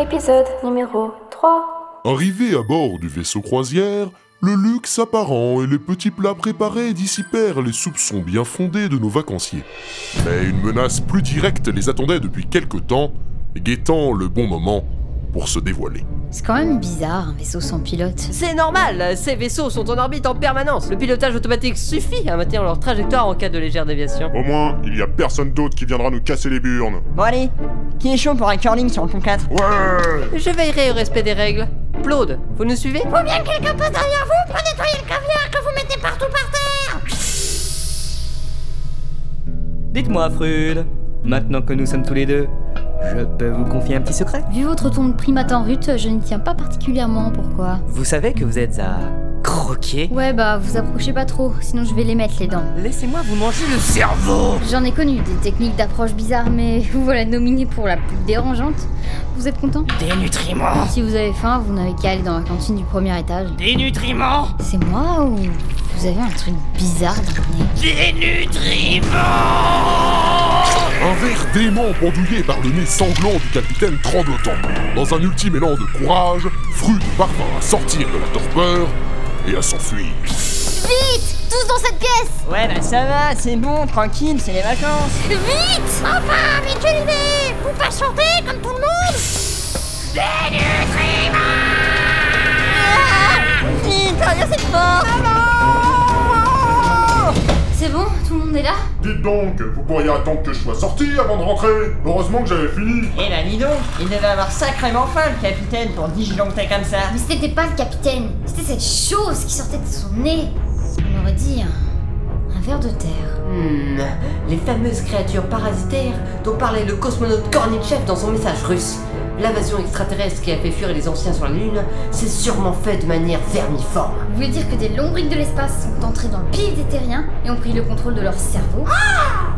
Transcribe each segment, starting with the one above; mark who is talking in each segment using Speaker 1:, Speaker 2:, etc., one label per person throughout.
Speaker 1: Épisode numéro 3.
Speaker 2: Arrivé à bord du vaisseau croisière, le luxe apparent et les petits plats préparés dissipèrent les soupçons bien fondés de nos vacanciers. Mais une menace plus directe les attendait depuis quelque temps, guettant le bon moment pour se dévoiler.
Speaker 3: C'est quand même bizarre, un vaisseau sans pilote.
Speaker 4: C'est normal, ces vaisseaux sont en orbite en permanence. Le pilotage automatique suffit à maintenir leur trajectoire en cas de légère déviation.
Speaker 5: Au moins, il y a personne d'autre qui viendra nous casser les burnes.
Speaker 6: Bon allez, qui est chaud pour un curling sur le pont 4
Speaker 5: Ouais
Speaker 4: Je veillerai au respect des règles. Claude, vous nous suivez
Speaker 7: Dites-moi, Frude, maintenant que nous sommes tous les deux, je peux vous confier un petit secret
Speaker 3: Vu votre ton de primate en rut, je n'y tiens pas particulièrement, pourquoi
Speaker 7: Vous savez que vous êtes à croquer
Speaker 3: Ouais, bah, vous approchez pas trop, sinon je vais les mettre les dents.
Speaker 7: Laissez-moi vous manger le cerveau
Speaker 3: J'en ai connu des techniques d'approche bizarres, mais vous voilà nominé pour la plus dérangeante. Vous êtes content
Speaker 7: Des nutriments
Speaker 3: Si vous avez faim, vous n'avez qu'à aller dans la cantine du premier étage.
Speaker 7: Des nutriments
Speaker 3: C'est moi ou vous avez un truc bizarre dans le nez
Speaker 7: Des nutriments
Speaker 2: Un verre dément pendouillé par le nez sanglant du capitaine tremblotant. Dans un ultime élan de courage, Frude parvint à sortir de la torpeur et à s'enfuir.
Speaker 3: Vite Tous dans cette pièce
Speaker 6: Ouais bah ça va, c'est bon, tranquille, c'est les vacances.
Speaker 3: Vite Enfin, mais quelle idée Vous pas chanter comme tout le monde
Speaker 6: Vite, derrière cette porte
Speaker 3: C'est bon Tout le monde est là
Speaker 5: Dites donc, vous pourriez attendre que je sois sorti avant de rentrer Heureusement que j'avais fini
Speaker 6: Eh bah dis donc, il devait avoir sacrément faim le capitaine pour digilenter comme ça.
Speaker 3: Mais c'était pas le capitaine, c'était cette chose qui sortait de son nez. On aurait dit un, un ver de terre.
Speaker 4: Hmm, les fameuses créatures parasitaires dont parlait le cosmonaute Kornichev dans son message russe. L'invasion extraterrestre qui a fait fuir les anciens sur la Lune s'est sûrement fait de manière vermiforme.
Speaker 3: Vous voulez dire que des lombriques de l'espace sont entrées dans le pif des terriens et ont pris le contrôle de leur cerveau Ah,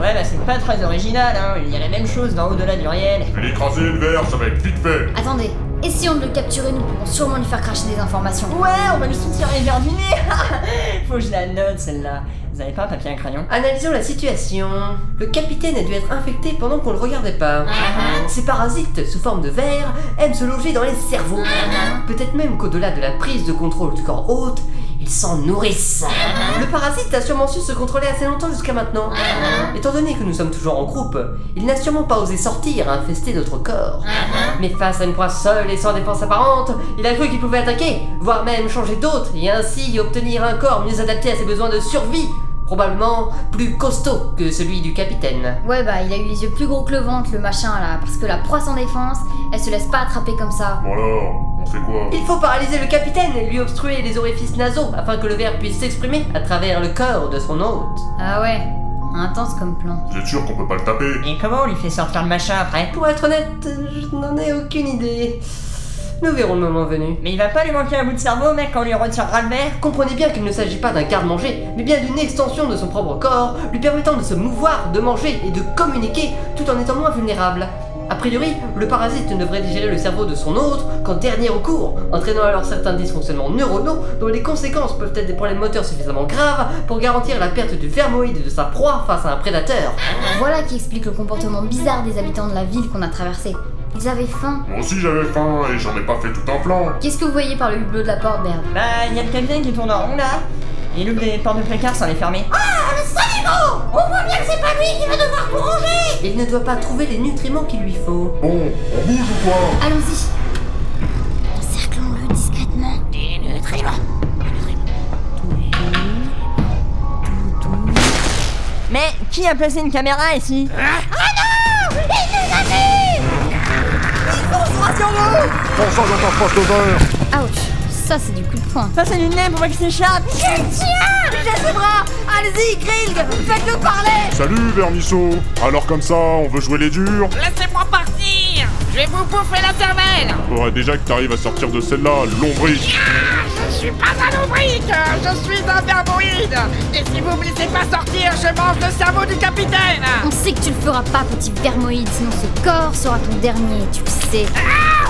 Speaker 6: Ouais bah c'est pas très original hein, il y a la même chose dans Au-delà du réel.
Speaker 5: Je vais l'écraser le verre, ça va être vite fait
Speaker 3: Attendez, essayons de le capturer, nous pourrons sûrement lui faire cracher des informations.
Speaker 6: Ouais, on va lui sortir les vers du nez Faut que je la note celle-là. Vous avez pas un papier et un crayon
Speaker 4: Analysons la situation. Le capitaine a dû être infecté pendant qu'on le regardait pas.
Speaker 6: Ah,
Speaker 4: Ces parasites, sous forme de vers, aiment se loger dans les cerveaux.
Speaker 6: Ah,
Speaker 4: Peut-être même qu'au-delà de la prise de contrôle du corps hôte, ils s'en nourrissent.
Speaker 6: Ah,
Speaker 4: Le parasite a sûrement su se contrôler assez longtemps jusqu'à maintenant.
Speaker 6: Ah,
Speaker 4: Étant donné que nous sommes toujours en groupe, il n'a sûrement pas osé sortir infester notre corps. Mais face à une proie seule et sans défense apparente, il a cru qu'il pouvait attaquer, voire même changer d'hôte, et ainsi obtenir un corps mieux adapté à ses besoins de survie, probablement plus costaud que celui du capitaine.
Speaker 3: Ouais bah il a eu les yeux plus gros que le ventre le machin là, parce que la proie sans défense, elle se laisse pas attraper comme ça.
Speaker 5: Bon alors, on fait quoi
Speaker 4: Il faut paralyser le capitaine et lui obstruer les orifices nasaux afin que le ver puisse s'exprimer à travers le corps de son hôte.
Speaker 3: Ah ouais, intense comme plan.
Speaker 5: Vous êtes sûr qu'on peut pas le taper
Speaker 6: Et comment on lui fait sortir le machin après
Speaker 4: Pour être honnête, je n'en ai aucune idée. Nous verrons le moment venu.
Speaker 6: Mais il va pas lui manquer un bout de cerveau mec quand on lui retirera le verre
Speaker 4: Comprenez bien qu'il ne s'agit pas d'un garde-manger, mais bien d'une extension de son propre corps, lui permettant de se mouvoir, de manger et de communiquer tout en étant moins vulnérable. A priori, le parasite ne devrait digérer le cerveau de son hôte qu'en dernier recours, entraînant alors certains dysfonctionnements neuronaux dont les conséquences peuvent être des problèmes moteurs suffisamment graves pour garantir la perte du vermoïde de sa proie face à un prédateur.
Speaker 3: Voilà qui explique le comportement bizarre des habitants de la ville qu'on a traversée. Ils avaient faim.
Speaker 5: Moi aussi j'avais faim et j'en ai pas fait tout un plan
Speaker 3: Qu'est-ce que vous voyez par le hublot de la porte, Berbe
Speaker 6: Bah, il y a le capitaine qui tourne en rond là. Il ouvre des portes de placard sans les fermer.
Speaker 4: Il ne doit pas trouver les nutriments qu'il lui faut.
Speaker 5: Bon, on bouge ou quoi
Speaker 3: Allons-y Encerclons-le discrètement.
Speaker 6: Mais qui a placé une caméra ici
Speaker 5: Prends ça dans ta face de verre
Speaker 3: Ouch Ça, c'est du coup de poing.
Speaker 6: Ça c'est du nez pour pas qu'il s'échappe
Speaker 5: Salut Vernisseau Alors comme ça, on veut jouer les durs
Speaker 8: Laissez-moi partir Je vais vous bouffer la cervelle
Speaker 5: Faudrait déjà que t'arrives à sortir de celle-là, lombrique
Speaker 8: Je suis pas un lombrique Je suis un verboïde Et si vous me laissez pas sortir, je mange le cerveau du capitaine
Speaker 3: On sait que tu le feras pas, petit vermoïde, sinon ce corps sera ton dernier, tu le sais.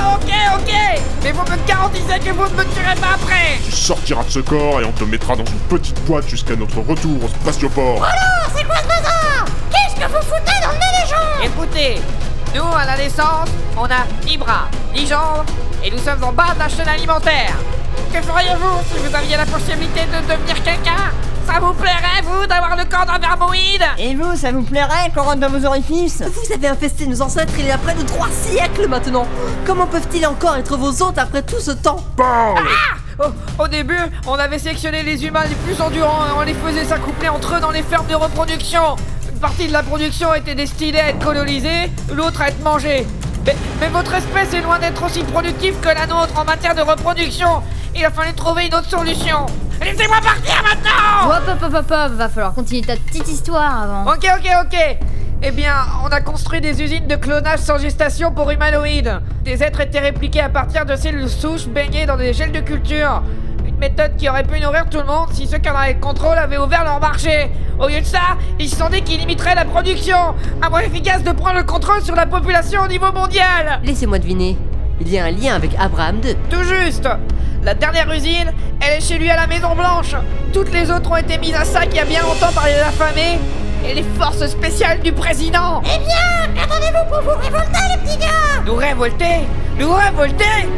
Speaker 8: Ah, ok, ok Mais vous me garantissez que vous ne me tuerez pas après
Speaker 5: Tu sortiras de ce corps et on te mettra dans une petite boîte jusqu'à notre retour au spatioport
Speaker 8: Écoutez, Nous, à la naissance, on a ni bras, ni jambes, et nous sommes en bas de la chaîne alimentaire. Que feriez-vous si vous aviez la possibilité de devenir quelqu'un Ça vous plairait, vous, d'avoir le corps d'un vermoïde
Speaker 6: Et vous, ça vous plairait qu'on rentre dans vos orifices
Speaker 9: Vous avez infesté nos ancêtres il y a près de trois siècles maintenant. Comment peuvent-ils encore être vos hôtes après tout ce temps
Speaker 8: Oh, Au- Au début, on avait sélectionné les humains les plus endurants et on les faisait s'accoupler entre eux dans les fermes de reproduction. Une partie de la production était destinée à être colonisée, l'autre à être mangée. Mais, mais votre espèce est loin d'être aussi productive que la nôtre en matière de reproduction. Il a fallu trouver une autre solution. Laissez-moi partir maintenant
Speaker 3: Hop, hop, hop, hop, hop, va falloir continuer ta petite histoire avant.
Speaker 8: Ok, ok, ok. Eh bien, on a construit des usines de clonage sans gestation pour humanoïdes. Des êtres étaient répliqués à partir de cellules souches baignées dans des gels de culture. Une méthode qui aurait pu nourrir tout le monde si ceux qui en avaient le contrôle avaient ouvert leur marché. Au lieu de ça, ils se sont dit qu'ils limiteraient la production. Un moyen efficace de prendre le contrôle sur la population au niveau mondial.
Speaker 4: Laissez-moi deviner. Il y a un lien avec Abraham II.
Speaker 8: Tout juste La dernière usine, elle est chez lui à la Maison Blanche Toutes les autres ont été mises à sac il y a bien longtemps par les affamés et les forces spéciales du président Eh bien, attendez-vous pour vous révolter, les petits gars Nous révolter Nous révolter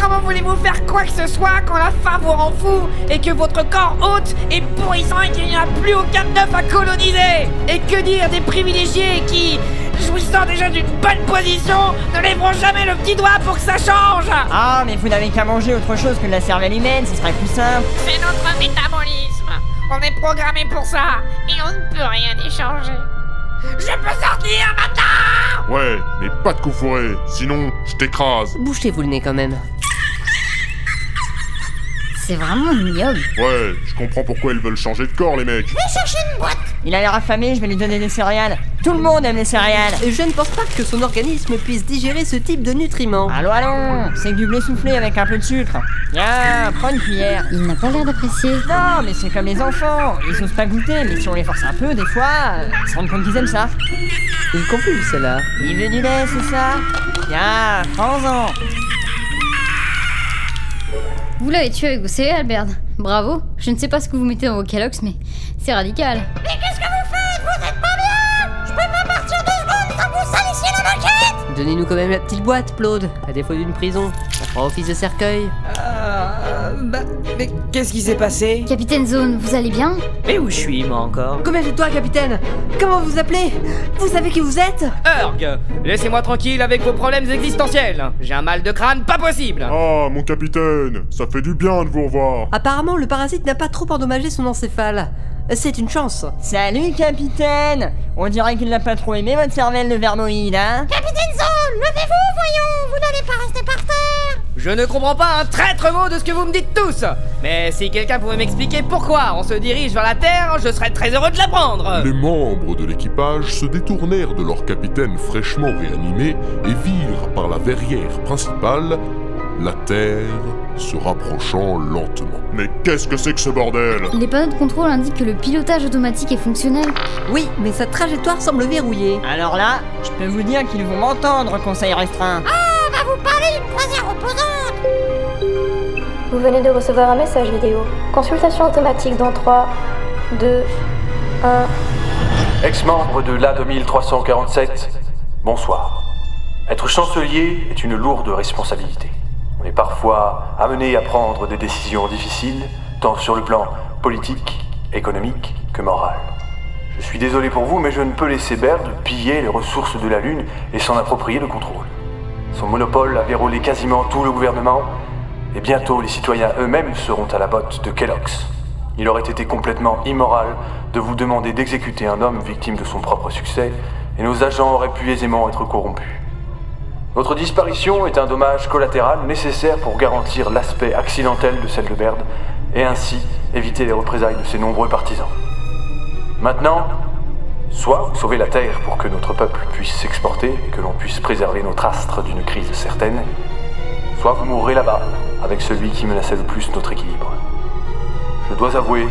Speaker 8: Comment voulez-vous faire quoi que ce soit quand la faim vous rend fou et que votre corps hôte est pourrissant et qu'il n'y a plus aucun neuf à coloniser Et que dire des privilégiés qui, jouissant déjà d'une bonne position, ne lèveront jamais le petit doigt pour que ça change
Speaker 6: Ah, mais vous n'avez qu'à manger autre chose que de la cervelle humaine, ce serait plus simple.
Speaker 8: C'est notre métabolisme. On est programmé pour ça. Et on ne peut rien y changer. Je peux sortir maintenant
Speaker 5: Ouais, mais pas de coup fourré, sinon je t'écrase.
Speaker 4: Bouchez-vous le nez quand même.
Speaker 3: C'est vraiment ignoble.
Speaker 5: Ouais, je comprends pourquoi ils veulent changer de corps, les mecs.
Speaker 6: Il a l'air affamé, je vais lui donner des céréales. Tout le monde aime les céréales.
Speaker 9: Je ne pense pas que son organisme puisse digérer ce type de nutriments.
Speaker 6: Allons, allons C'est que du blé soufflé avec un peu de sucre. Tiens, prends une cuillère.
Speaker 3: Il n'a pas l'air d'apprécier.
Speaker 6: Non, mais c'est comme les enfants. Ils osent pas goûter, mais si on les force un peu, des
Speaker 7: Ah.
Speaker 6: fois, euh, ils se rendent compte qu'ils aiment ça.
Speaker 7: Il confuse cela.
Speaker 6: Il veut du lait, c'est ça Tiens, prends-en.
Speaker 3: Vous l'avez tué avec vos céréales, Albert. Bravo. Je ne sais pas ce que vous mettez dans vos calox, mais c'est radical.
Speaker 4: Donnez-nous quand même la petite boîte, Claude. À défaut d'une prison, ça fera office de cercueil.
Speaker 7: bah, mais qu'est-ce qui s'est passé
Speaker 3: Capitaine Zone, vous allez bien
Speaker 7: Mais où je suis, moi, encore
Speaker 9: Combien de toi, capitaine Comment vous appelez Vous savez qui vous êtes
Speaker 7: Urg Laissez-moi tranquille avec vos problèmes existentiels. J'ai un mal de crâne pas possible
Speaker 5: Ah, mon capitaine, ça fait du bien de vous revoir.
Speaker 9: Apparemment, le parasite n'a pas trop endommagé son encéphale. C'est une chance.
Speaker 6: Salut, capitaine On dirait qu'il n'a pas trop aimé votre cervelle de vermoïde, hein
Speaker 7: Je ne comprends pas un traître mot de ce que vous me dites tous Mais si quelqu'un pouvait m'expliquer pourquoi on se dirige vers la Terre, je serais très heureux de l'apprendre
Speaker 2: Les membres de l'équipage se détournèrent de leur capitaine fraîchement réanimé et virent par la verrière principale la Terre se rapprochant lentement.
Speaker 5: Mais qu'est-ce que c'est que ce bordel
Speaker 3: Les panneaux de contrôle indiquent que le pilotage automatique est fonctionnel.
Speaker 9: Oui, mais sa trajectoire semble verrouillée.
Speaker 6: Alors là, je peux vous dire qu'ils vont m'entendre, conseil restreint.
Speaker 1: Vous venez de recevoir un message vidéo. Consultation automatique dans 3, 2, 1.
Speaker 10: Ex-membre de l'A2347, bonsoir. Être chancelier est une lourde responsabilité. On est parfois amené à prendre des décisions difficiles, tant sur le plan politique, économique que moral. Je suis désolé pour vous, mais je ne peux laisser Baird piller les ressources de la Lune et s'en approprier le contrôle. Son monopole a vérolé quasiment tout le gouvernement, et bientôt les citoyens eux-mêmes seront à la botte de Kellogg's. Il aurait été complètement immoral de vous demander d'exécuter un homme victime de son propre succès, et nos agents auraient pu aisément être corrompus. Votre disparition est un dommage collatéral nécessaire pour garantir l'aspect accidentel de celle de Baird, et ainsi éviter les représailles de ses nombreux partisans. Maintenant, soit vous sauvez la Terre pour que notre peuple puisse s'exporter et que l'on puisse préserver notre astre d'une crise certaine, soit vous mourrez là-bas avec celui qui menaçait le plus notre équilibre. Je dois avouer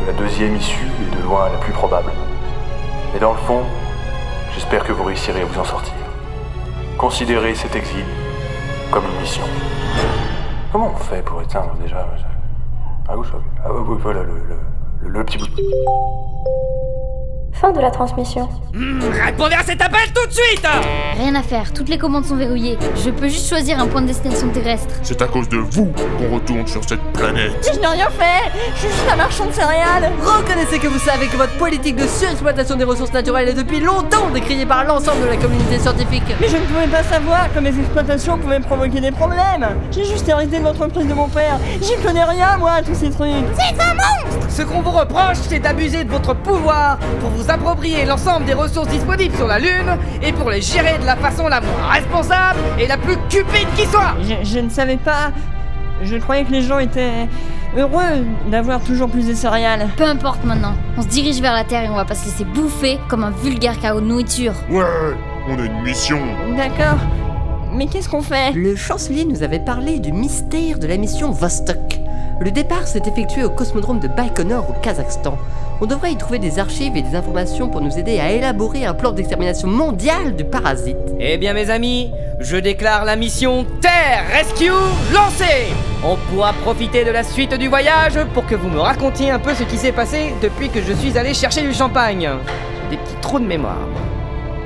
Speaker 10: que la deuxième issue est de loin la plus probable. Mais dans le fond, j'espère que vous réussirez à vous en sortir. Considérez cet exil comme une mission. Comment on fait pour éteindre déjà Ah, À gauche, à gauche. Ah oui, oui, voilà le- le- le- le petit bout.
Speaker 1: Fin de la transmission.
Speaker 7: Répondez à cet appel tout de suite
Speaker 3: Rien à faire, toutes les commandes sont verrouillées. Je peux juste choisir un point de destination terrestre.
Speaker 2: C'est à cause de vous qu'on retourne sur cette planète.
Speaker 9: Je n'ai rien fait Je suis juste un marchand de céréales Reconnaissez que vous savez que votre politique de surexploitation des ressources naturelles est depuis longtemps décriée par l'ensemble de la communauté scientifique
Speaker 6: Mais je ne pouvais pas savoir que mes exploitations pouvaient me provoquer des problèmes. J'ai juste hérité de l'entreprise de mon père. J'y connais rien, moi, à tous ces trucs. C'est un monstre
Speaker 7: Ce qu'on vous reproche, c'est d'abuser de votre pouvoir pour vous approprier l'ensemble des ressources disponibles sur la Lune et pour les gérer de la façon la moins responsable et la plus cupide qui soit
Speaker 6: Je, je ne savais pas. Je croyais que les gens étaient heureux d'avoir toujours plus de céréales.
Speaker 3: Peu importe maintenant, on se dirige vers la Terre et on va pas se laisser bouffer comme un vulgaire chaos de nourriture.
Speaker 2: Ouais, on a une mission.
Speaker 6: D'accord. Mais qu'est-ce qu'on fait
Speaker 4: Le chancelier nous avait parlé du mystère de la mission Vostok. Le départ s'est effectué au cosmodrome de Baïkonur au Kazakhstan. On devrait y trouver des archives et des informations pour nous aider à élaborer un plan d'extermination mondiale du parasite.
Speaker 7: Eh bien mes amis, je déclare la mission Terre Rescue lancée On pourra profiter de la suite du voyage pour que vous me racontiez un peu ce qui s'est passé depuis que je suis allé chercher du champagne. J'ai des petits trous de mémoire.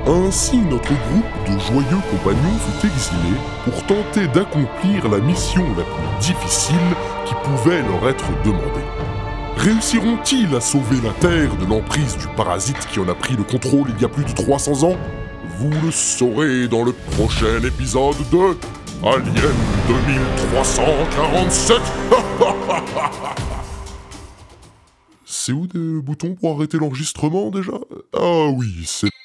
Speaker 2: Ainsi, notre groupe de joyeux compagnons fut exilé pour tenter d'accomplir la mission la plus difficile qui pouvait leur être demandée. Réussiront-ils à sauver la Terre de l'emprise du parasite qui en a pris le contrôle il y a plus de 300 ans Vous le saurez dans le prochain épisode de Alien 2347 C'est où des boutons pour arrêter l'enregistrement déjà Ah oui, c'est...